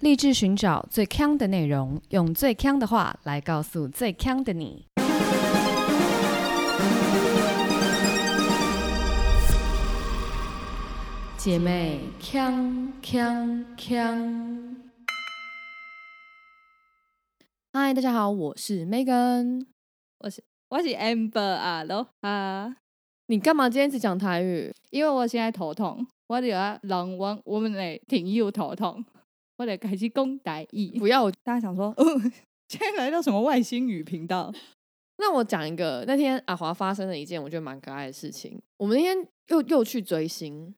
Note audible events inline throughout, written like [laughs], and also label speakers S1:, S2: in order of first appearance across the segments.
S1: 立志寻找最强的内容，用最强的话来告诉最强的你。姐妹，强强强！嗨，大家好，我是 Megan。
S2: 我是 Amber 啊，喽啊，
S1: 你干嘛今天只讲台语？
S2: 因为我现在头痛，我就要让我我们的朋友头痛，我得开始讲台语。
S1: 不要我
S2: 大家想说，哦，现在来到什么外星语频道？
S1: 那我讲一个那天阿华发生的一件我觉得蛮可爱的事情。我们那天又又去追星，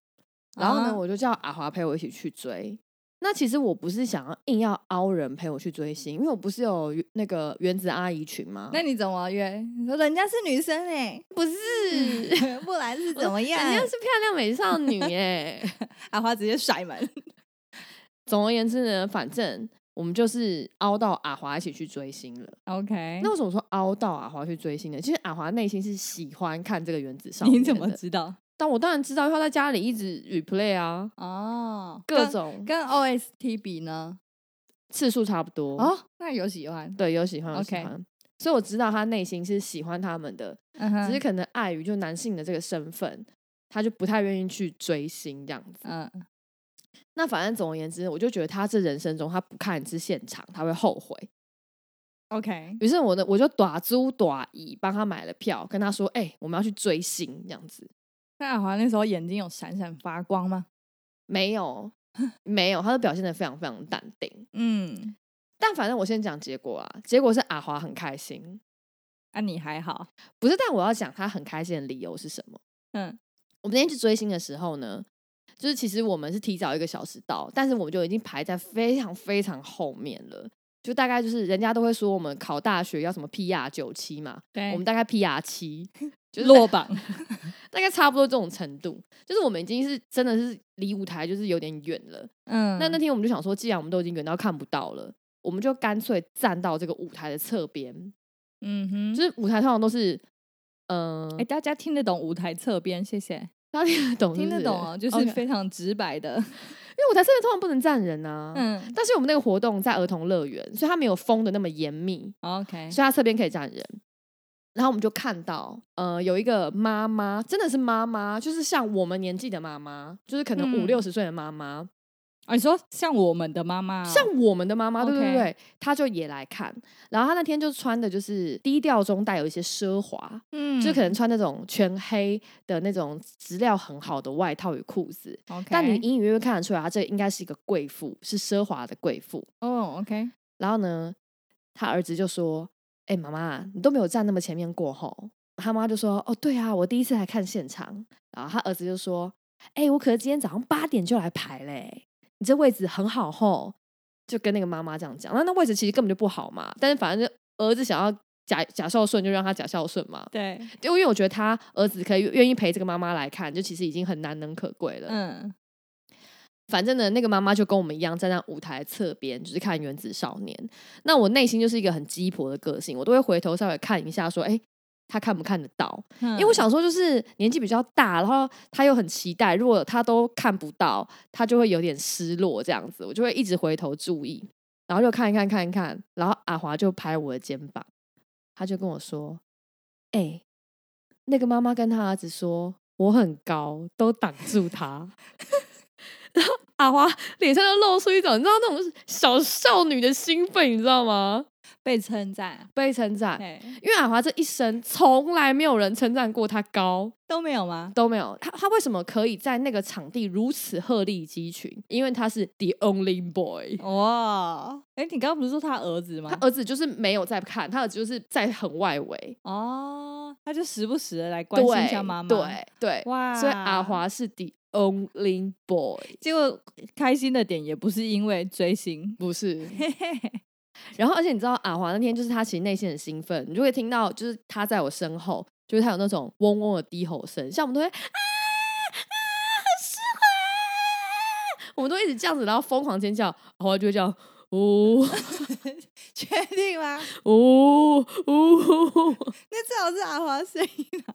S1: 然后呢，
S2: 啊
S1: 我就叫阿华陪我一起去追。那其实我不是想要硬要凹人陪我去追星，因为我不是有原那个原子阿姨群
S2: [laughs]
S1: 吗？
S2: 那你怎么约？你说人家是女生哎、
S1: 不是， [laughs] 人
S2: [laughs] 不然是怎么样？
S1: 家是漂亮美
S2: [laughs]
S1: 少女耶、
S2: 阿花直接甩门。
S1: 总而言之呢，反正我们就是凹到阿华一起去追星了。
S2: OK，
S1: 那为什么说凹到阿华去追星呢？其实阿华内心是喜欢看这个原子少女
S2: 你怎么
S1: 的
S2: 知道？
S1: 但我当然知道，因为他在家里一直 replay 啊，
S2: 哦，
S1: 各种
S2: 跟 OST 比呢？
S1: 次数差不多。
S2: 哦，那有喜欢，
S1: 对，有喜欢有喜
S2: OK
S1: 欢所以我知道他内心是喜欢他们的，
S2: 嗯哼
S1: 只是可能碍于就男性的这个身份，他就不太愿意去追星这样子。
S2: 嗯
S1: 那反正总而言之，我就觉得他这人生中他不看一次现场，他会后悔。
S2: ，OK，
S1: 于是我呢，我就短租短椅帮他买了票，跟他说：“哎、我们要去追星这样子。”
S2: 那阿华那时候眼睛有闪闪发光吗？[laughs]
S1: 没有，没有，他都表现的非常非常淡定。
S2: 嗯，
S1: 但反正我先讲结果啊，结果是阿华很开心，
S2: 啊，你还好，
S1: 不是？但我要讲他很开心的理由是什么？
S2: 嗯
S1: 我们那天去追星的时候呢，就是其实我们是提早一个小时到，但是我们就已经排在非常非常后面了。就大概就是人家都会说我们考大学要什么 PR 九七嘛，
S2: 对
S1: 我们大概 PR 七，就是
S2: 哎落榜，
S1: 大概差不多这种程度。就是我们已经是真的是离舞台就是有点远了。
S2: [laughs] 嗯，
S1: 那那天我们就想说，既然我们都已经远到看不到了，我们就干脆站到这个舞台的侧边。
S2: 嗯哼，
S1: 就是舞台通常都是，嗯、
S2: 哎、大家听得懂舞台侧边，谢谢，
S1: 大家听得懂是
S2: 听
S1: 不
S2: 得
S1: 是
S2: 懂哦，就
S1: OK
S2: 是非常直白 [laughs] 的，
S1: 因为舞台侧边通常不能站人啊。
S2: [laughs] 嗯
S1: 但是我们那个活动在儿童乐园，所以它没有封的那么严密，
S2: ，OK，
S1: 所以它侧边可以站人。然后我们就看到，呃，有一个妈妈，真的是妈妈，就是像我们年纪的妈妈，就是可能五
S2: 嗯
S1: 六十岁的妈妈，
S2: 哦，你说像我们的妈妈哦、
S1: 像我们的妈妈，对对
S2: OK
S1: 对，她就也来看。然后她那天就穿的就是低调中带有一些奢华，
S2: 嗯
S1: 就可能穿那种全黑的那种质量很好的外套与裤子。
S2: o k
S1: 但你隐隐约约看得出来，啊她这应该是一个贵妇，是奢华的贵妇。
S2: 哦，OK，
S1: 然后呢，她儿子就说：“哎、妈妈，你都没有站那么前面过吼。”他妈就说：“哦，对啊，我第一次来看现场。”然后他儿子就说：“哎、我可是今天早上八点就来排嘞，你这位置很好吼。”就跟那个妈妈这样讲，那那位置其实根本就不好嘛，但是反正就儿子想要假假孝顺，就让他假孝顺嘛。
S2: 对，
S1: 就因为我觉得他儿子可以愿意陪这个妈妈来看，就其实已经很难能可贵了。
S2: 嗯
S1: 反正呢，那个妈妈就跟我们一样站在舞台侧边，就是看《原子少年》。那我内心就是一个很鸡婆的个性，我都会回头稍微看一下，说：“哎、他看不看得到？”
S2: 嗯，
S1: 因为我想说，就是年纪比较大，然后他又很期待，如果他都看不到，他就会有点失落，这样子，我就会一直回头注意，然后就看一看看一看，然后阿华就拍我的肩膀，他就跟我说：“哎、那个妈妈跟他儿子说我很高，都挡住他。” [laughs] 然后阿华脸上就露出一种你知道那种小少女的兴奋，你知道吗？
S2: 被称赞，
S1: 被称赞，
S2: 对，
S1: 因为阿华这一生从来没有人称赞过他高。
S2: 都没有吗？
S1: 都没有。他他为什么可以在那个场地如此鹤立鸡群？因为他是 the only boy。
S2: 哇，哎，你刚刚不是说他儿子吗
S1: 他？儿子就是没有在看，他儿子就是在很外围，
S2: 哦，他就时不时的来关
S1: 对
S2: 心一下妈妈，，
S1: 对对，
S2: 哇，
S1: 所以阿华是 the only boy，
S2: 结果开心的点也不是因为追星，
S1: 不是。 [laughs] 然后，而且你知道阿华那天就是他其实内心很兴奋，你就会听到就是他在我身后，就是他有那种嗡嗡的低吼声，像我们都会啊啊，很失我们都一直这样子，然后疯狂尖叫，阿华就会这样呜。
S2: [laughs] 确定吗？
S1: 哦哦，
S2: 那最好是阿华声音啊，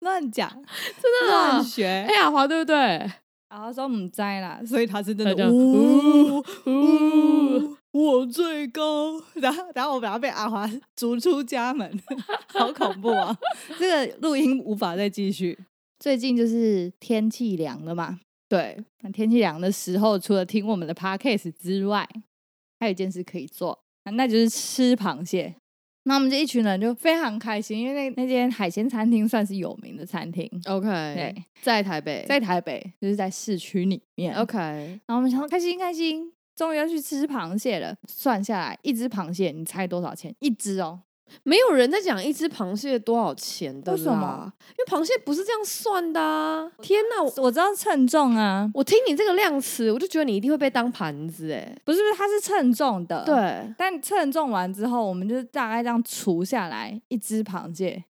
S2: 乱讲
S1: 真的啊
S2: 乱！学
S1: 哎。呀，华对不对？
S2: 阿华说唔知啦，所以他是真的
S1: 他就
S2: 呜 [laughs]
S1: 呜
S2: 我最高， [laughs] 然后然后我把他被阿华 [laughs] 逐出家门，好恐怖啊！这个录音无法再继续。最近就是天气凉了嘛，
S1: 对，
S2: 那天气凉的时候，除了听我们的 podcast 之外，还有一件事可以做，那就是吃螃蟹。那我们这一群人就非常开心，因为那那间海鲜餐厅算是有名的餐厅，
S1: OK，
S2: 哦对，
S1: 在台北，
S2: 在台北，就是在市区里面。
S1: OK，
S2: 然后我们想说开心开心，终于要去吃螃蟹了。算下来，一只螃蟹你猜多少钱？一只哦，
S1: 没有人在讲一只螃蟹多少钱的
S2: 为什么
S1: 啦？因为螃蟹不是这样算的啊！天哪，我
S2: 我知道称重啊，
S1: 我听你这个量词，我就觉得你一定会被当盘子哎、
S2: 不是不是，它是称重的。，
S1: 对，
S2: 但称重完之后，我们就是大概这样除下来一只螃蟹，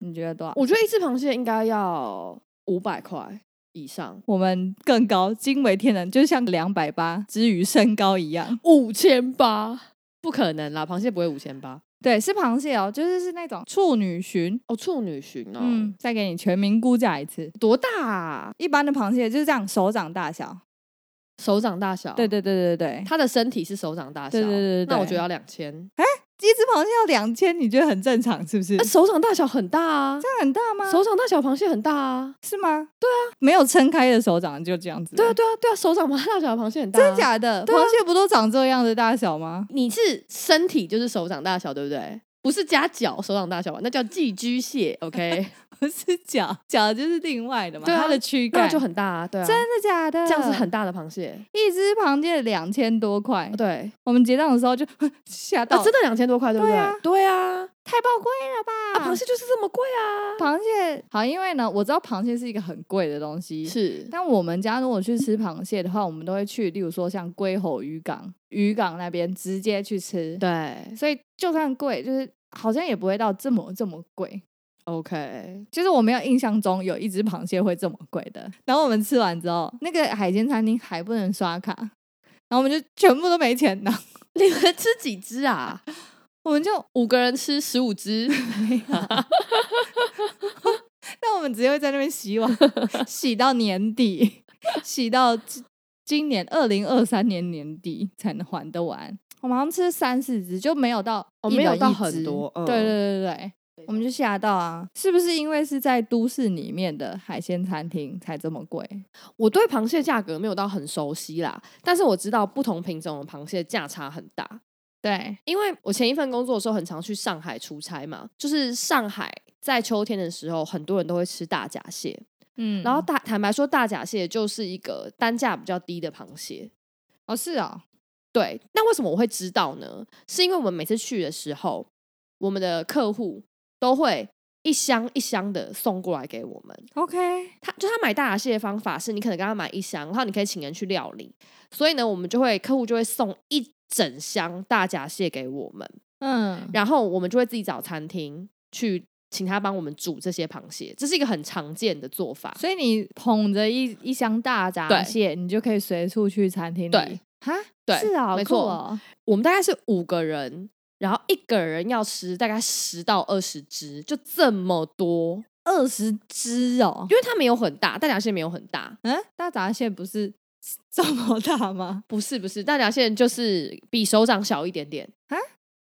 S2: 你觉得多少？
S1: 我觉得一只螃蟹应该要五百块以上，
S2: 我们更高，惊为天人，就像两百八之于身高一样。
S1: 五千八，不可能啦，螃蟹不会五千八。
S2: 对，是螃蟹哦，就是是那种处女裙。
S1: 哦，处女裙哦，
S2: 嗯，再给你全民估价一次。
S1: 多大、啊？
S2: 一般的螃蟹就是这样，手掌大小。
S1: 手掌大小？
S2: 对，对对对对，
S1: 它的身体是手掌大小。
S2: 对对对对
S1: 那我觉
S2: 对
S1: 得要两千。
S2: 一只螃蟹要两千，你觉得很正常是不是？
S1: 那手掌大小呃很大啊，
S2: 这样很大吗？
S1: 手掌大小螃蟹很大啊。
S2: 是吗？对啊，没有撑开的手掌就这样子。
S1: 对啊，，对啊，对啊，手掌大小的螃蟹很大、啊。
S2: 真？假的？
S1: 对啊
S2: 螃蟹不都长这样的大小吗？ [laughs]
S1: 你是身体就是手掌大小，对不对？不是加脚手掌大小吧？那叫寄居蟹，OK？
S2: 不是脚，脚就是另外的嘛，
S1: 对啊
S2: 它的躯
S1: [laughs] 那
S2: 干
S1: 就很大啊，对啊，
S2: 真的假的？
S1: 这样是很大的螃蟹，
S2: 一只螃蟹两千多块，
S1: 哦对，
S2: 我们结账的时候就 [laughs] 吓到，
S1: 啊，真的两千多块，对不对？
S2: 对啊
S1: 对啊，
S2: 太宝贵了吧？
S1: 啊，螃蟹就是这么贵啊，
S2: 螃蟹好，因为呢，我知道螃蟹是一个很贵的东西，
S1: 是
S2: 但我们家如果去吃螃蟹的话，我们都会去，例如说像龟吼渔港、渔港那边直接去吃。，
S1: 对
S2: 所以就算贵，就是好像也不会到这么这么贵。
S1: ，OK，
S2: 就是我没有印象中有一只螃蟹会这么贵的。然后我们吃完之后，那个海鲜餐厅还不能刷卡，然后我们就全部都没钱了，
S1: 你们吃几只啊？
S2: 我们就
S1: 五个人吃十五只，
S2: [laughs] 那我们只会在那边洗碗，洗到年底，洗到今今年二零二三年年底才能还得完。我们好像吃了三四只，就没有到
S1: 哦
S2: 一
S1: 没有
S2: 人
S1: 到
S2: 一
S1: 很
S2: 只
S1: 多
S2: 对
S1: 嗯
S2: 对对对对，我们就吓到啊！是不是因为是在都市里面的海鲜餐厅才这么贵？
S1: 我对螃蟹价格没有到很熟悉啦，但是我知道不同品种的螃蟹价差很大。
S2: 对，
S1: 因为我前一份工作的时候，很常去上海出差嘛，就是上海在秋天的时候，很多人都会吃大闸蟹。
S2: 嗯
S1: 然后大坦白说，大闸蟹就是一个单价比较低的螃蟹。
S2: 哦是哦，
S1: 对，那为什么我会知道呢？是因为我们每次去的时候，我们的客户都会一箱一箱的送过来给我们。
S2: OK，
S1: 他就他买大闸蟹的方法是，你可能跟他买一箱，然后你可以请人去料理。所以呢，我们就会客户就会送一整箱大闸蟹给我们。
S2: 嗯，
S1: 然后我们就会自己找餐厅去请他帮我们煮这些螃蟹，这是一个很常见的做法。
S2: 所以你捧着一一箱大闸
S1: 对
S2: 蟹，你就可以随处去餐厅里。
S1: 对，
S2: 哈，
S1: 对
S2: 是啊、好
S1: 没
S2: 酷
S1: 错
S2: 哦，
S1: 我们大概是五个人，然后一个人要吃大概十到二十只，就这么多，
S2: 二十只哦，
S1: 因为它没有很大，大闸蟹没有很大。
S2: 嗯，大闸蟹不是这么大吗？
S1: 不是不是，大闸蟹就是比手掌小一点点，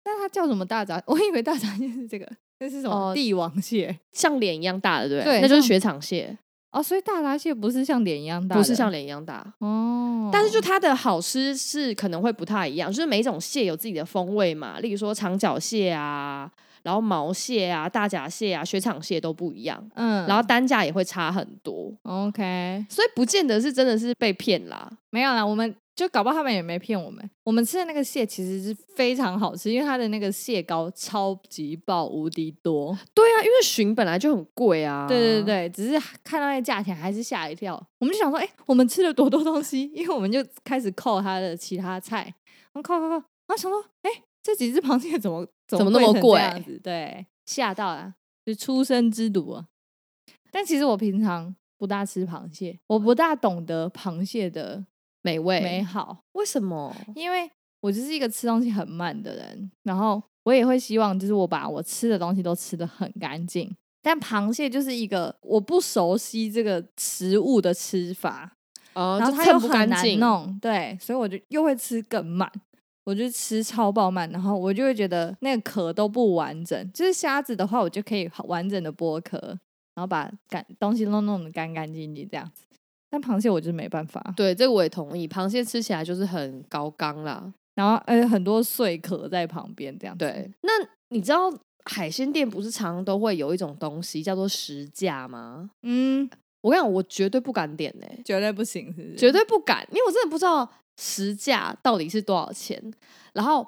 S2: 那它叫什么大闸？我以为大闸蟹是这个，那是什么、
S1: 哦
S2: 帝王蟹？
S1: 像脸一样大的，对不
S2: 对
S1: 那就是
S2: 像
S1: 雪场蟹，
S2: 哦，所以大闸蟹不是像脸一样大的，
S1: 不是像脸一样大。
S2: 哦，
S1: 但是就它的好吃是可能会不太一样，就是每一种蟹有自己的风味嘛，例如说长脚蟹啊，然后毛蟹啊、大闸蟹啊、雪场蟹都不一样，
S2: 嗯，
S1: 然后单价也会差很多，
S2: OK
S1: 所以不见得是真的是被骗啦。
S2: 没有啦，我们。就搞不好他们也没骗我们，我们吃的那个蟹其实是非常好吃，因为它的那个蟹膏超级爆无敌多。
S1: 对啊，因为鲟本来就很贵啊。
S2: 对对，对，只是看到那价钱还是吓一跳，我们就想说，哎、我们吃了多多东西，因为我们就开始扣它的其他菜，然后扣扣扣，然后想说，哎、这几只螃蟹怎么怎
S1: 怎么那么
S2: 成
S1: 贵
S2: 这样子对，吓到了，就出生之毒啊！但其实我平常不大吃螃蟹，我不大懂得螃蟹的
S1: 美味
S2: 美好，
S1: 为什么？
S2: 因为我就是一个吃东西很慢的人，然后我也会希望就是我把我吃的东西都吃的很干净。但螃蟹就是一个我不熟悉这个食物的吃法，
S1: 哦
S2: 然后
S1: 就
S2: 它
S1: 趁
S2: 又
S1: 不
S2: 很
S1: 干
S2: 难
S1: 净。
S2: 弄，对，所以我就又会吃更慢。我就吃超饱满，然后我就会觉得那个壳都不完整。就是虾子的话，我就可以好完整的剥壳，然后把干东西都弄得干干净净这样子。但螃蟹我就是没办法，
S1: 对，这个我也同意。螃蟹吃起来就是很高刚啦。
S2: 然后呃很多碎壳在旁边这样子。
S1: 对，那你知道海鲜店不是常常都会有一种东西叫做实价吗？
S2: 嗯，
S1: 我跟你讲，我绝对不敢点呢、
S2: 绝对不行，是不是？
S1: 绝对不敢，因为我真的不知道实价到底是多少钱。然后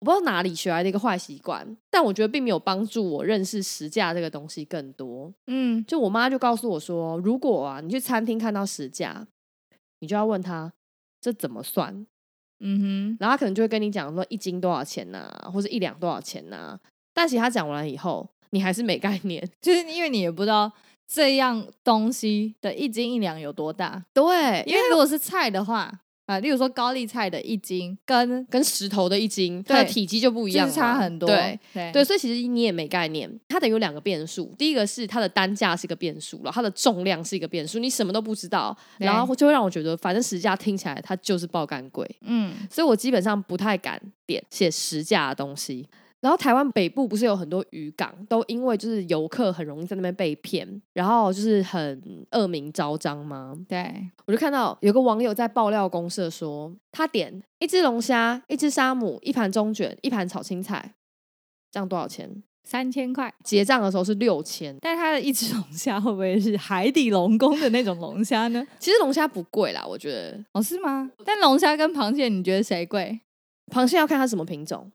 S1: 我不知道哪里学来的一个坏习惯，但我觉得并没有帮助我认识实价这个东西更多。
S2: 嗯，
S1: 就我妈就告诉我说，如果啊你去餐厅看到实价，你就要问他这怎么算，
S2: 嗯哼，
S1: 然后他可能就会跟你讲说一斤多少钱呐、或者一两多少钱呐、但其实他讲完了以后，你还是没概念。
S2: 就是因为你也不知道这样东西的一斤一两有多大，
S1: 对，
S2: 因
S1: 因为
S2: 为如果是菜的话啊，例如说高丽菜的一斤跟
S1: 跟石头的一斤，它的
S2: 对
S1: 体积就不一
S2: 就
S1: 样了，
S2: 是差很多，
S1: 对。
S2: 对
S1: 对，所以其实你也没概念，它等于有两个变数。第一个是它的单价是一个变数，然后它的重量是一个变数，你什么都不知道，
S2: 对
S1: 然后就会让我觉得，反正实价听起来它就是爆肝贵，
S2: 嗯，
S1: 所以我基本上不太敢点写实价的东西。然后台湾北部不是有很多渔港，都因为就是游客很容易在那边被骗，然后就是很恶名昭彰吗？
S2: 对，
S1: 我就看到有个网友在爆料公社说，他点一只龙虾、一只沙姆、一盘中卷、一盘炒青菜，这样多少钱？
S2: 三千块。
S1: 结账的时候是六千，
S2: 但它的一只龙虾会不会是海底龙宫的那种龙虾呢？ [laughs]
S1: 其实龙虾不贵啦，我觉得
S2: 哦，是吗？但龙虾跟螃蟹，你觉得谁贵？
S1: 螃蟹要看它什么品种。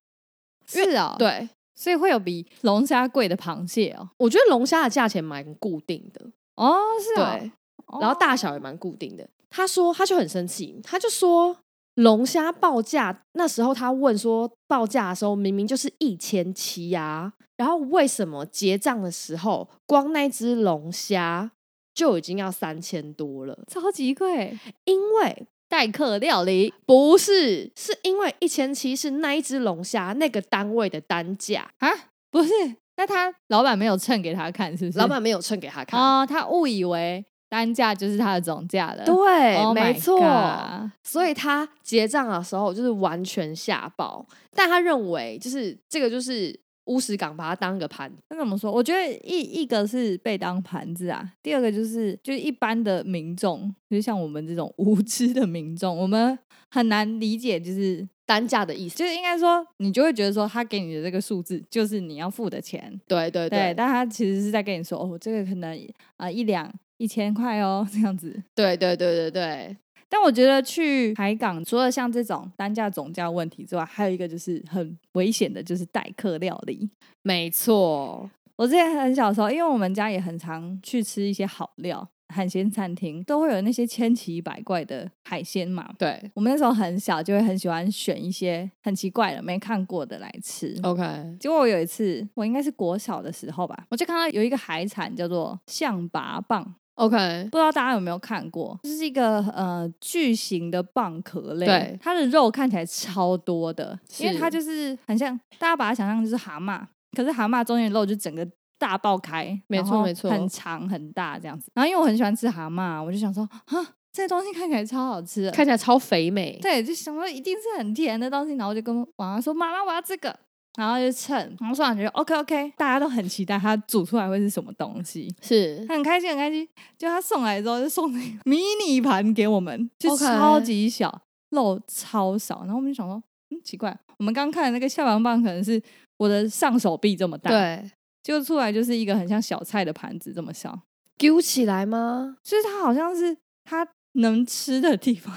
S2: 是哦，，
S1: 对，
S2: 所以会有比龙虾贵的螃蟹哦。
S1: 我觉得龙虾的价钱蛮固定的，
S2: 哦，是哦，
S1: 对，啊然后
S2: 哦
S1: 大小也蛮固定的。他说他就很生气，他就说龙虾报价那时候他问说报价的时候明明就是一千七呀，然后为什么结账的时候光那只龙虾就已经要三千多了？
S2: 超级贵，
S1: 因为
S2: 待客料理
S1: 不是，是因为一千七是那一只龙虾那个单位的单价。
S2: 啊，不是？那他老板没有称给他看，是不是？
S1: 老板没有称给他
S2: [laughs]
S1: 看。
S2: 哦，他误以为单价就是他的总价了。
S1: 对
S2: Oh my
S1: 没错
S2: god
S1: 所以他结账的时候就是完全吓爆，但他认为就是这个就是乌石港把它当个盘，
S2: 那怎么说？我觉得一一个是被当盘子啊，第二个就是就是一般的民众，就是像我们这种无知的民众，我们很难理解，就是
S1: 单价的意思。
S2: 就是应该说，你就会觉得说他给你的这个数字就是你要付的钱，
S1: 对对
S2: 对，
S1: 对
S2: 但他其实是在跟你说，哦，这个可能啊、一两一千块哦这样子。
S1: 对对对对对，
S2: 但我觉得去海港，除了像这种单价总价问题之外，还有一个就是很危险的，就是待客料理。
S1: 没错。
S2: 我之前很小的时候，因为我们家也很常去吃一些好料，海鲜餐厅都会有那些千奇百怪的海鲜嘛。
S1: 对
S2: 我们那时候很小，就会很喜欢选一些很奇怪的、没看过的来吃。
S1: ，OK，
S2: 结果我有一次，我应该是国小的时候吧，我就看到有一个海产叫做象拔蚌，
S1: OK，
S2: 不知道大家有没有看过，这是一个呃巨型的蚌壳类，
S1: 对
S2: 它的肉看起来超多的，因为
S1: 是
S2: 它就是很像大家把它想象就是蛤蟆，可是蛤蟆中间的肉就整个大爆开，
S1: 没
S2: 然
S1: 错
S2: 后
S1: 没错
S2: 很长很大这样子。然后因为我很喜欢吃蛤蟆，我就想说啊，这东西看起来超好吃的，
S1: 看起来超肥美。
S2: 对，就想说一定是很甜的东西，然后我就跟妈妈说：“妈妈，我要这个。”然后就称，然后说完觉得 OK OK，大家都很期待它煮出来会是什么东西，
S1: 是
S2: 很开心很开心。就他送来之后，就送那个迷你盘给我们，就
S1: OK
S2: 超级小肉超少。然后我们就想说，嗯，奇怪，我们刚看的那个下盘棒可能是我的上手臂这么大，，
S1: 对，
S2: 结果出来就是一个很像小菜的盘子这么小，
S1: 揪起来吗？
S2: 就是它好像是它能吃的地方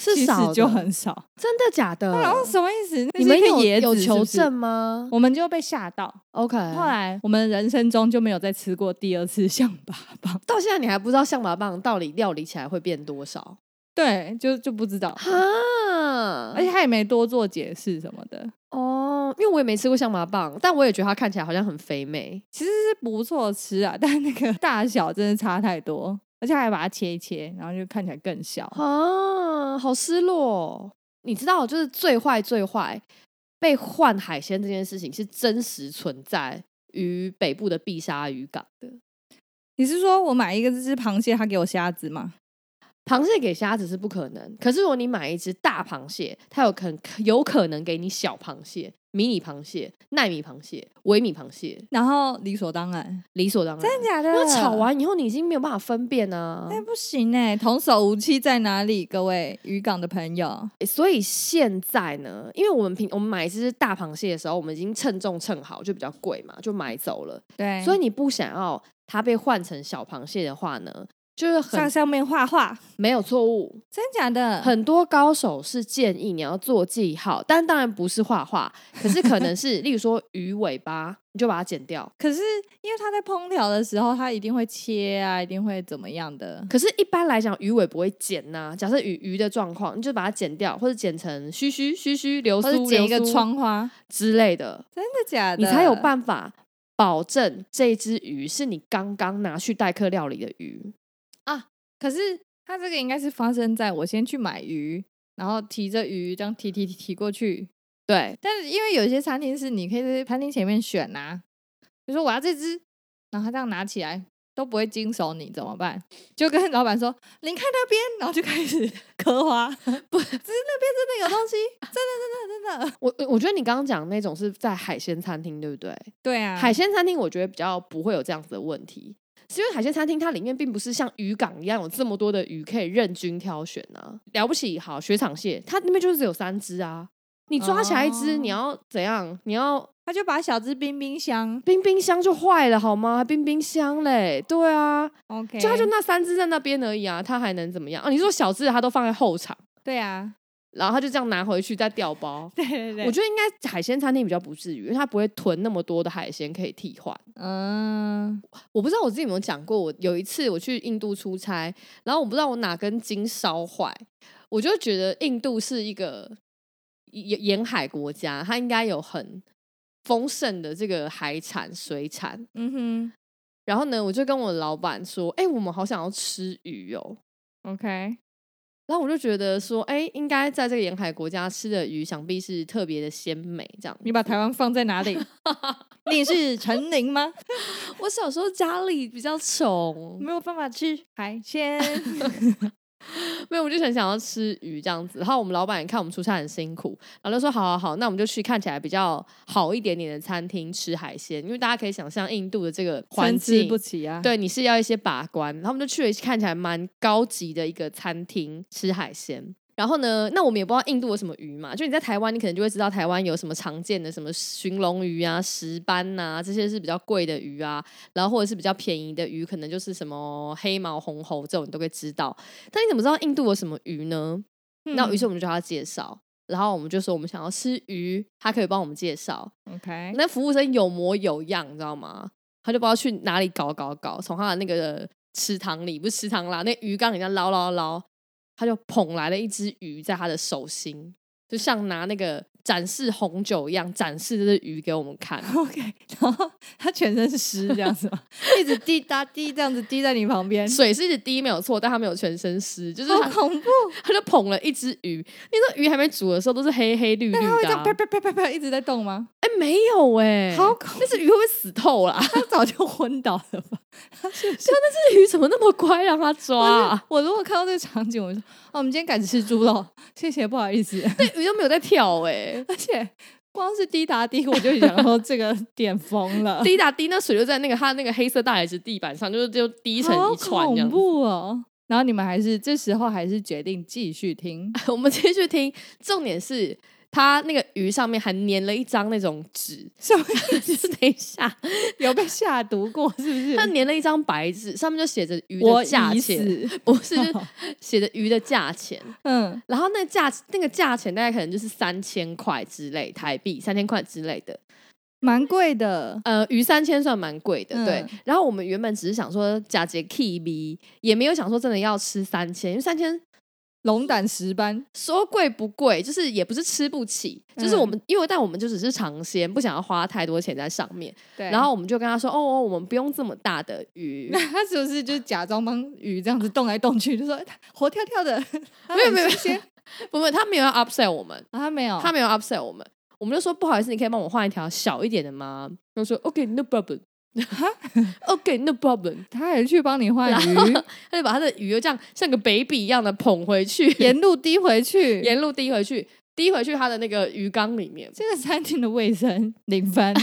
S1: 是
S2: 其
S1: 少
S2: 实
S1: 的
S2: 就很少。
S1: 真的假的？
S2: 然后什么意思？那
S1: 你
S2: 是
S1: 们
S2: 一个
S1: 有
S2: 椰子
S1: 有
S2: 是
S1: 求
S2: 不是
S1: 证吗
S2: 我们就被吓到。
S1: ？OK，
S2: 后来我们人生中就没有再吃过第二次象拔蚌，
S1: 到现在你还不知道象拔蚌到底料理起来会变多少？
S2: [laughs] 对，就就不知道，
S1: 哈，
S2: 而且他也没多做解释什么的，
S1: 哦，因为我也没吃过象拔蚌，但我也觉得它看起来好像很肥美。
S2: 其实是不错吃啊，但那个大小真的差太多，而且还把它切一切，然后就看起来更小。
S1: 啊，好失落哦、你知道，就是最坏最坏被换海鲜这件事情是真实存在于北部的碧沙渔港的。
S2: 你是说我买一个这只螃蟹，他给我虾子吗？
S1: 螃蟹给虾子是不可能，可是如果你买一只大螃蟹，它有可有可能给你小螃蟹、迷你螃蟹、奈米螃蟹、微米螃蟹，
S2: 然后理所当然，
S1: 理所当然。
S2: 真的假的？
S1: 因为炒啊完以后，你已经没有办法分辨啊。
S2: 哎、不行哎、童叟无欺在哪里？各位渔港的朋友，
S1: 欸所以现在呢，因为我们平我们买一只大螃蟹的时候，我们已经称重称好，就比较贵嘛，就买走了。
S2: 对
S1: 所
S2: 所
S1: 以
S2: 以
S1: 你不想要它被换成小螃蟹的话呢，就是
S2: 上
S1: 很
S2: 上面画画，
S1: 没有错误。
S2: 真假的？
S1: 很多高手是建议你要做记号，但当然不是画画，可是可能是例如说鱼尾巴，你就把它剪掉。
S2: 可是因为它在烹调的时候，它一定会切啊，一定会怎么样的？
S1: 可是，一般来讲，鱼尾不会剪呐、假设鱼鱼的状况，你就把它剪掉，或者剪成须须须须流
S2: 或者
S1: 苏，
S2: 剪一个
S1: 流苏
S2: 窗花，
S1: 之类的，
S2: 真的假的？
S1: 你才有办法保证这只鱼是你刚刚拿去待客料理的鱼。
S2: 可是它这个应该是发生在我先去买鱼，然后提着鱼这样提提提提过去。
S1: 对，
S2: 但是因为有些餐厅是你可以在餐厅前面选啊，比如说我要这只，然后他这样拿起来都不会经手你怎么办？就跟老板说您看那边，然后就开始 [laughs] 刻花，不，只是那边真的有东西，真的真的真的。
S1: 我我觉得你刚刚讲那种是在海鲜餐厅，对不对？
S2: [laughs] 对啊，
S1: 海鲜餐厅我觉得比较不会有这样子的问题，是因为海鲜餐厅它里面并不是像渔港一样有这么多的鱼可以任君挑选啊。了不起，好雪场蟹，它那边就是只有三只啊。你抓起来一只，
S2: 哦
S1: 你要怎样？你要
S2: 他就把小只冰冰箱
S1: 冰冰箱就坏了好吗？还冰冰箱嘞，对啊，
S2: [laughs] ，OK，
S1: 就它就那三只在那边而已啊，它还能怎么样？啊，你说小只的它都放在后场，
S2: 对啊，
S1: 然后它就这样拿回去再调包。
S2: 对对对，
S1: 我觉得应该海鲜餐厅比较不至于，因为它不会囤那么多的海鲜可以替换。
S2: 嗯，
S1: 我不知道我自己有没有讲过，我有一次我去印度出差，然后我不知道我哪根筋烧坏，我就觉得印度是一个沿沿海国家，它应该有很丰盛的这个海产、水产。
S2: 嗯
S1: 然后呢，我就跟我老板说：“哎、我们好想要吃鱼哦。
S2: 哼，OK，”
S1: 然后我就觉得说：“哎、应该在这个沿海国家吃的鱼，想必是特别的鲜美。”这样，
S2: 你把台湾放在哪 [laughs] 里？你是陈林吗？
S1: 我小时候家里比较穷，
S2: [laughs] 没有办法吃海 [laughs] 鲜。
S1: [laughs] 没有，我就很想要吃鱼这样子。然后我们老板也看我们出差很辛苦，然后就说好好好，那我们就去看起来比较好一点点的餐厅吃海鲜，因为大家可以想象印度的这个环
S2: 参差
S1: 境
S2: 不。齐啊。，
S1: 对，你是要一些把关，然后我们就去了看起来蛮高级的一个餐厅吃海鲜。然后呢，那我们也不知道印度有什么鱼嘛，就你在台湾，你可能就会知道台湾有什么常见的什么寻龙鱼啊、石斑呐、这些是比较贵的鱼啊，然后或者是比较便宜的鱼，可能就是什么黑毛红喉这种，你都会知道。但你怎么知道印度有什么鱼呢？
S2: 嗯
S1: 那于是我们就叫他介绍，然后我们就说我们想要吃鱼，他可以帮我们介绍。
S2: OK，
S1: 那服务生有模有样，你知道吗？他就不知道去哪里搞搞搞，从他的那个池塘里，不是池塘啦，那鱼缸里面捞捞捞，他就捧来了一只鱼在他的手心，就像拿那个展示红酒一样展示这只鱼给我
S2: [laughs]
S1: 们看。
S2: [laughs] OK，然后他全身是湿这样子嘛， [laughs] 一直滴答滴这样子滴在你旁边，
S1: 水是一直滴没有错，但他没有全身湿，就是
S2: [laughs] 好
S1: 他
S2: 恐怖！
S1: 他就捧了一只鱼。那个鱼还没煮的时候都是黑黑绿绿
S2: 它会这
S1: 的、
S2: 样
S1: 啊
S2: 啪，啪啪啪啪一直在动吗？
S1: 哎、没有哎、
S2: 好恐
S1: 那只鱼会不会死透啦？
S2: 它早就昏倒了吧？
S1: 那只鱼怎么那么乖，让它抓、啊？
S2: [laughs] 我如果看到这个场景，我就说哦，我们今天改吃猪肉， [laughs] 谢谢，不好意思。
S1: 那鱼都没有在跳哎、
S2: [laughs] 而且光是滴答滴，我就想说这个点疯 [laughs] 了，
S1: 滴答滴，那水就在那个它那个黑色大理石地板上，就是就滴成
S2: 好
S1: 一串这
S2: 恐
S1: 样子。
S2: 怖哦！然后你们还是这时候还是决定继续听，
S1: [laughs]
S2: [laughs]
S1: 我们继续听，重点是它那个鱼上面还粘了一张那种
S2: [laughs]
S1: 纸，
S2: 什么
S1: 就是等一下，
S2: 有被下毒过是不是？
S1: 它粘了一张白纸，上面就写着鱼
S2: 我
S1: 的价
S2: 已
S1: 钱，
S2: 死，
S1: 不是
S2: [laughs]
S1: 就是写着鱼的价钱。
S2: 嗯，
S1: 然后那个价那个价钱大概可能就是三千块之类台币，三千块之类的。
S2: 蛮贵的，
S1: 呃，鱼三千算蛮贵的，对
S2: 嗯。
S1: 然后我们原本只是想说假节 K B，也没有想说真的要吃三千，因为三千
S2: 龙胆石斑，
S1: 说贵不贵，就是也不是吃不起，就是我们、
S2: 嗯
S1: 因为但我们就只是尝鲜，不想要花太多钱在上面。
S2: 对
S1: 然后我们就跟他说，哦哦，我们不用这么大的鱼
S2: 那。他是不是就假装帮鱼这样子动来动去，就说它活跳跳的，
S1: [laughs] 没有没有
S2: 没有，
S1: 不不，他没有要 upsell 我们，
S2: 啊他没有，
S1: 他没有 upsell 我们，我们就说不好意思，你可以帮我换一条小一点的吗？他说 OK，no、problem。 [laughs] OK, no
S2: [laughs]
S1: problem。
S2: 他还去帮你换鱼，
S1: 他就把他的鱼又这样像个 baby 一样的捧回去，
S2: 沿路滴回去，
S1: 沿路滴回去，滴回去他的那个鱼缸里面，
S2: 这个餐厅的卫生零
S1: [laughs]
S2: 分。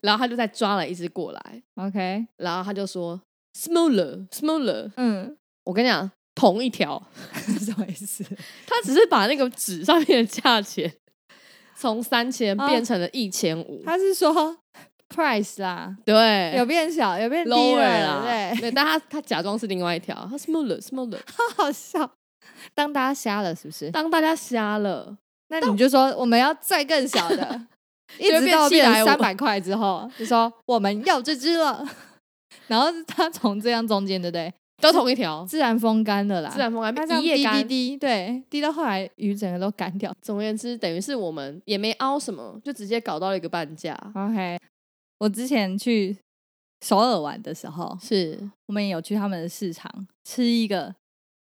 S1: 然后他就再抓了一只过来，
S2: OK，
S1: 然后他就说 smaller smaller。
S2: 嗯， [laughs]
S1: 我跟你讲，同一条，
S2: 什么意
S1: [laughs]
S2: 思？
S1: 他只是把那个纸上面的价钱从三千
S2: 啊
S1: 变成了一千五，
S2: 他是说 price 啦，
S1: 对，
S2: 有变小，有变低
S1: lower
S2: 了，
S1: 啦，
S2: 对， [laughs]
S1: 对，但他他假装是另外一条，他 smaller smaller。
S2: 好好笑。当大家瞎了，是不是？
S1: 当大家瞎了，
S2: 那你就说我们要再更小的，一
S1: [laughs] 就会
S2: 直到
S1: 变
S2: 变
S1: 750
S2: 三百块之后，就说我们要这只了。 [laughs] 然后他从这样中间，对不对？
S1: 都同一条，
S2: 自然风干了啦，
S1: 自然风
S2: 它这
S1: 干，
S2: 样
S1: 一夜
S2: 滴
S1: 干。
S2: 滴滴，对，滴到后来鱼整个都干掉。
S1: 总而言之，等于是我们也没凹什么，就直接搞到了一个半价。
S2: 啊 OK，我之前去首尔玩的时候，
S1: 是，
S2: 我们也有去他们的市场吃一个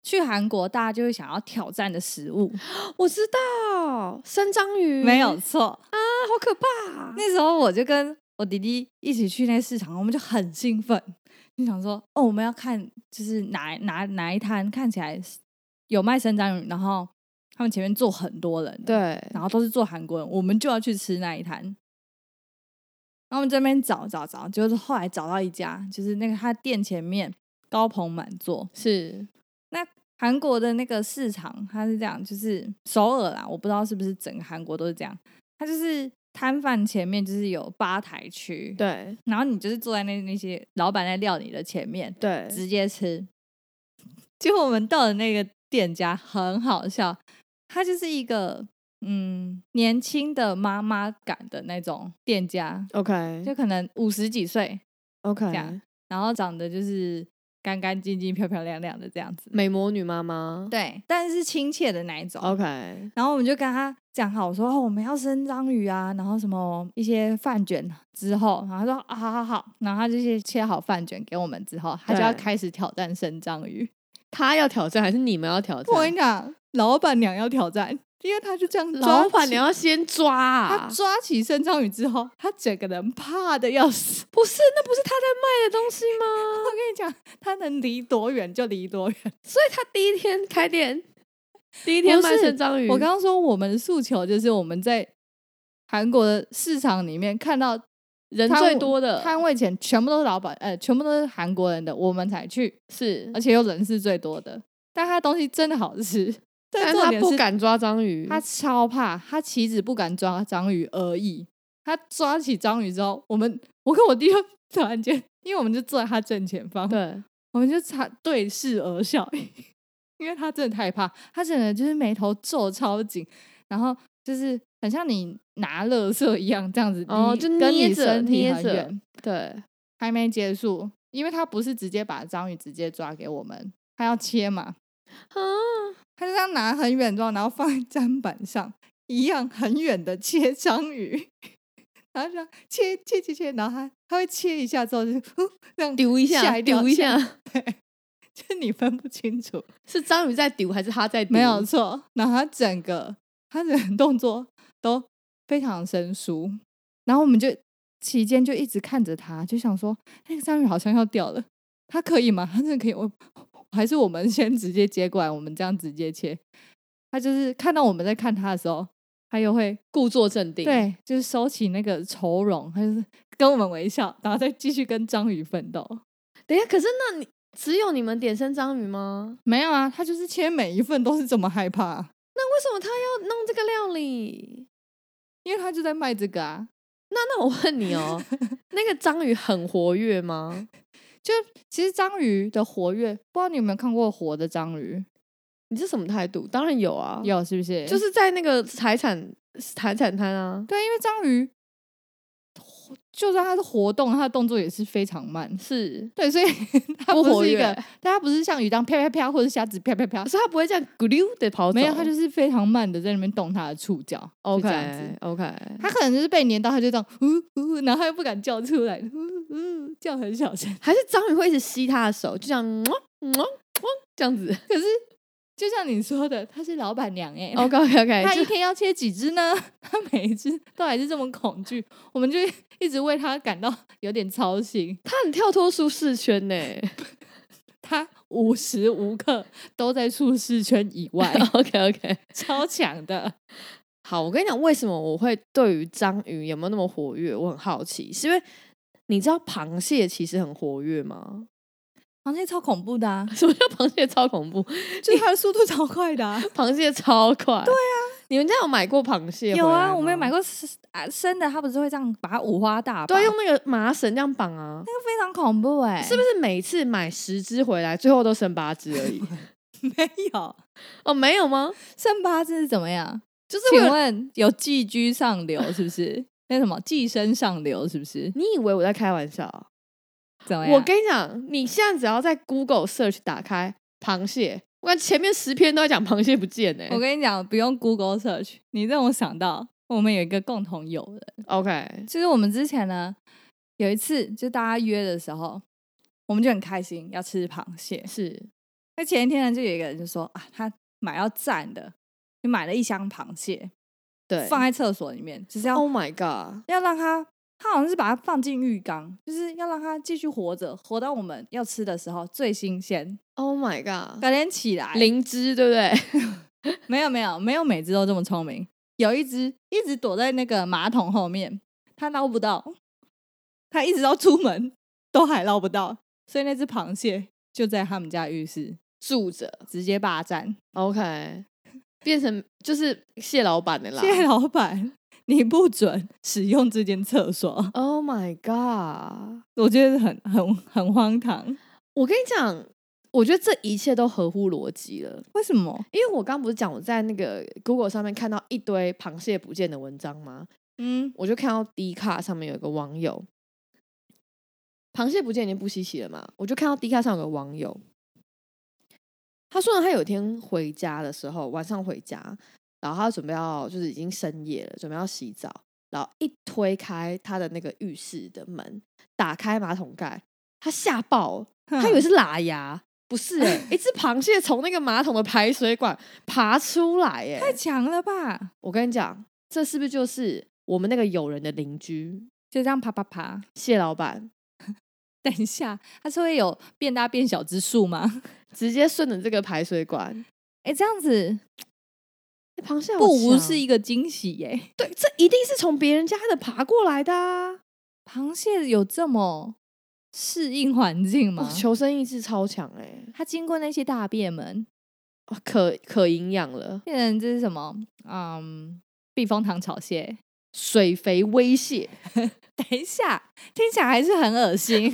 S2: 去韩国大家就会想要挑战的食物，
S1: 我知道，生章鱼
S2: 没有错。
S1: 啊，好可怕！
S2: 那时候我就跟我弟弟一起去那市场，我们就很兴奋，就想说哦，我们要看就是哪哪哪一摊看起来是有卖生章鱼，然后他们前面坐很多人，，
S1: 对，
S2: 然后都是做韩国人，我们就要去吃那一摊。然后我们这边找找找，就是后来找到一家，就是那个他店前面高朋满座，
S1: 是
S2: 那韩国的那个市场，它是这样，就是首尔啦，我不知道是不是整个韩国都是这样。它就是摊贩前面就是有吧台区，，
S1: 对
S2: 然后你就是坐在那那些老板在料理的前面，
S1: 对
S2: 直接吃。结果我们到的那个店家很好笑，他就是一个嗯年轻的妈妈感的那种店家，
S1: ，OK
S2: 就可能五十几岁，这
S1: OK，
S2: 样然后长得就是干干净净、漂漂亮亮的这样子。
S1: 美魔女妈妈
S2: 对，但是亲切的那一种。
S1: ，OK，
S2: 然后我们就跟他讲好，我说、哦、我们要生章鱼啊，然后什么一些饭卷之后，然后他说啊好好好，然后他就是切好饭卷给我们之后，他就要
S1: 对
S2: 开始挑战生章鱼。
S1: 她要挑战还是你们要挑
S2: 我跟
S1: 战
S2: 你？讲，老板娘要挑战，因为他就这样抓
S1: 老板
S2: 起
S1: 娘。要先抓
S2: 他
S1: 啊！
S2: 抓起生章鱼之后，他整个人怕的要死。 [laughs]
S1: 不是，那不是她在卖的东西 [laughs] 吗？
S2: 我跟你讲，他能离多远就离多远。
S1: 所以她第一天开店，第一天
S2: 不
S1: 卖
S2: 是
S1: 生章鱼，
S2: 我刚刚说我们的诉求就是我们在韩国的市场里面看到
S1: 人
S2: 摊
S1: 最
S2: 位
S1: 多的
S2: 摊位前全部都是老板，呃，全部都是韩国人的，我们才去，
S1: 是
S2: 而且又人是最多的。但他的东西真的好吃， [laughs]
S1: 但
S2: 重
S1: 他
S2: 点
S1: 不
S2: 是
S1: 敢抓章鱼，
S2: 他超怕，他岂止不敢抓章鱼而已。他抓起章鱼之后，我们我跟我弟就 [laughs] 突然间，因为我们就坐在他正前方，
S1: 对
S2: 我们就差对视而笑， [laughs] 因为他真的太怕，他真的就是眉头皱超紧，然后就是很像你拿垃圾一样这样子离，
S1: 哦就
S2: 跟
S1: 捏
S2: 你
S1: 着
S2: 身体
S1: 捏
S2: 很
S1: 着
S2: 远。
S1: 对
S2: 还没结束，因为他不是直接把章鱼直接抓给我们，他要切嘛，
S1: 啊，
S2: 他就这样拿很远之后，然后放在砧板上，一样很远的切章鱼，然后就这样切切切切，然后他他会切一下之后就 [laughs] 呼这样
S1: 丢一
S2: 吓
S1: 下，
S2: 一跳
S1: 丢一
S2: 吓 [laughs]
S1: 下，
S2: 就你分不清楚。
S1: [laughs] 是章鱼在丢还是他在丢？
S2: 没有错。然后他整个他的动作都非常生疏，然后我们就期间就一直看着他，就想说那个章鱼好像要掉了，他可以吗？他真的可以？我还是我们先直接接过来，我们这样直接切。他就是看到我们在看他的时候，他又会
S1: 故作镇定，，
S2: 对，就是收起那个愁容，他就是跟我们微笑，然后再继续跟章鱼奋斗。
S1: 等一下，可是那你只有你们点生章鱼吗？
S2: 没有啊，他就是切每一份都是这么害怕、啊
S1: 那为什么他要弄这个料理？
S2: 因为他就在卖这个啊。
S1: 那那我问
S2: [laughs]
S1: 你哦，那个章鱼很活跃吗？
S2: 就其实章鱼的活跃，不知道你有没有看过活的章鱼？
S1: 你是什么态度？当然有啊，，
S2: 有是不是？
S1: 就是在那个财产财产摊啊，
S2: 对，因为章鱼活就算它是活动，它的动作也是非常慢。
S1: 是，
S2: 对，所以 [laughs] 它
S1: 不活
S2: 是一个
S1: 跃，欸
S2: 但它不是像鱼这样啪啪啪，或者虾子啪啪啪
S1: 可，是他不会这样咕溜的跑走，
S2: 没有，它就是非常慢的在那边动它的触角就这样子
S1: OK。OK，
S2: 它可能就是被粘到，它就这样呜呜，然后它又不敢叫出来，呜呜叫很小声。
S1: 嗯
S2: [laughs]
S1: 还是章鱼会一直吸他的手，就这样，么么么这样子。
S2: 可是就像你说的，她是老板娘哎、
S1: OK OK
S2: 她
S1: OK，
S2: 一
S1: 就
S2: 天要切几只呢？ [laughs] 她每一只都还是这么恐惧，我们就一直为她感到 [laughs] 有点操心。
S1: 他很跳脱舒适
S2: [laughs]
S1: 圈呢。
S2: 她无时无刻都在舒适圈以 [laughs] 外，
S1: OK OK，
S2: 超强的。
S1: 好，我跟你讲，为什么我会对于章鱼有没有那么活跃，我很好奇，是因为你知道螃蟹其实很活跃吗？ [laughs]
S2: 螃蟹超恐怖的、啊，
S1: 什么叫螃蟹超恐怖？
S2: 就是它的速度超快的、啊。
S1: 螃蟹超快。对啊，你们家有买过螃蟹？
S2: [laughs] 有啊，我们有买
S1: 过。
S2: 过生啊生的，它不是会这样把它五花大绑，
S1: 对，用那个麻绳这样绑
S2: 那
S1: 啊，
S2: 个非常恐怖哎、
S1: 是不是每次买十只回来，最后都剩八只
S2: [laughs]
S1: 而已？
S2: 是没有？
S1: 哦，没有吗？
S2: [laughs] 剩八只是怎么样？
S1: 就是为
S2: 请
S1: 了
S2: 问有寄居上流是不是？ [laughs] 那什么寄生上流是不是？
S1: 你以为我在开玩笑啊？
S2: 怎么样？
S1: 我跟你讲，你现在只要在 Google search 打开螃蟹，我看前面十篇都在讲螃蟹不见呢、
S2: 我跟你讲，不用 Google search，你让我想到我们有一个共同友人，
S1: OK，
S2: 就是我们之前呢有一次就大家约的时候，我们就很开心要吃螃蟹。
S1: 是
S2: 那前一天呢，就有一个人就说啊，他买要蘸的，就买了一箱螃蟹
S1: 对。
S2: 放在厕所里面，就是要、
S1: Oh my god！
S2: 要让它，他好像是把它放进浴缸，就是要让它继续活着，活到我们要吃的时候最新鲜。
S1: Oh my god！
S2: 改天起来，
S1: 灵芝对不对？ [laughs]
S2: 没有没有没有，每只都这么聪明。有一只一直躲在那个马桶后面，它捞不到，它一直到出门都还捞不到，所以那只螃蟹就在他们家浴室
S1: 住着
S2: 直接霸占。
S1: OK，变成就是蟹老板的啦。
S2: 谢老板，你不准使用这间厕所，
S1: Oh my god！
S2: 我觉得很很很荒唐。
S1: 我跟你讲，我觉得这一切都合乎逻辑了。
S2: 为什么？
S1: 因为我刚不是讲我在那个 Google 上面看到一堆螃蟹不见的文章吗？
S2: 嗯，
S1: 我就看到 D 卡上面有一个网友，螃蟹不见已经不稀奇了嘛，我就看到 D 卡上有个网友，他说呢，他有一天回家的时候，晚上回家，然后他准备要就是已经深夜了，准备要洗澡，然后一推开他的那个浴室的门，打开马桶盖，他吓爆了，他以
S2: 嗯
S1: 为是喇牙。不是、欸，一只螃蟹从那个马桶的排水管爬出来、欸，
S2: 太强了吧？
S1: 我跟你讲，这是不是就是我们那个友人的邻居
S2: 就这样爬爬爬。
S1: 谢老板，
S2: 等一下，它是会有变大变小之数吗？
S1: 直接顺着这个排水管？
S2: 哎、这样子
S1: 欸螃蟹好
S2: 不无
S1: 强
S2: 是一个惊喜耶、
S1: 对，这一定是从别人家的爬过来的啊！
S2: 螃蟹有这么适应环境
S1: 哇
S2: 吗？
S1: 哦求生意志超强哎、欸
S2: 它经过那些大便门，
S1: 哇可可营养了，
S2: 变成这是什么？嗯，避风塘炒蟹。 [laughs]
S1: 水肥威蟹，
S2: 等一下，听起来还是很恶心。为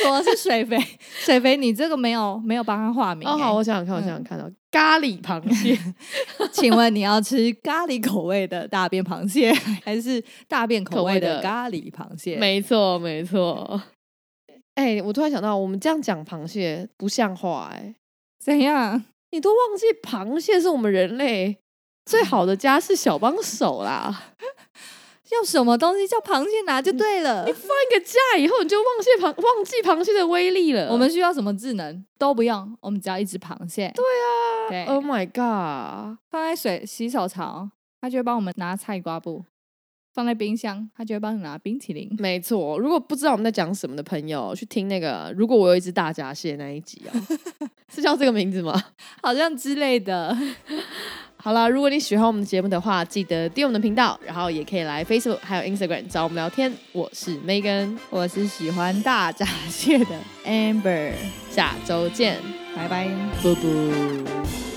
S2: 什么是水肥？水肥，你这个没有没有帮他化名、
S1: 哦，好，我
S2: 欸。
S1: 想想看，我想想看到、咖喱螃
S2: [laughs]
S1: 蟹，
S2: 请问你要吃咖喱口味的大便螃蟹，还是大便口味的咖喱螃蟹？
S1: 没错没错。哎、我突然想到，我们这样讲螃蟹不像话哎、
S2: 怎样？
S1: 你都忘记螃蟹是我们人类
S2: 嗯
S1: 最好的家是小帮手啦！
S2: 要什么东西叫螃蟹拿就对了。
S1: 放一个假以后，你就忘记螃忘记螃蟹的威力了。
S2: 我们需要什么智能都不用，我们只要一只螃蟹。对，对
S1: 啊，Oh my god！
S2: 放在水洗手槽，它就会帮我们拿菜瓜布；放在冰箱，它就会帮你拿冰淇淋。
S1: 没错，如果不知道我们在讲什么的朋友，去听那个“如果我有一只大闸蟹”那一集 [laughs] 啊、是叫这个名字吗？
S2: 好像之类的。
S1: 好啦，如果你喜欢我们的节目的话，记得订阅我们的频道，然后也可以来 Facebook 还有 Instagram 找我们聊天。我是 Megan，
S2: 我是喜欢大闸蟹的 Amber，
S1: 下周见，
S2: 拜拜。
S1: 啵啵。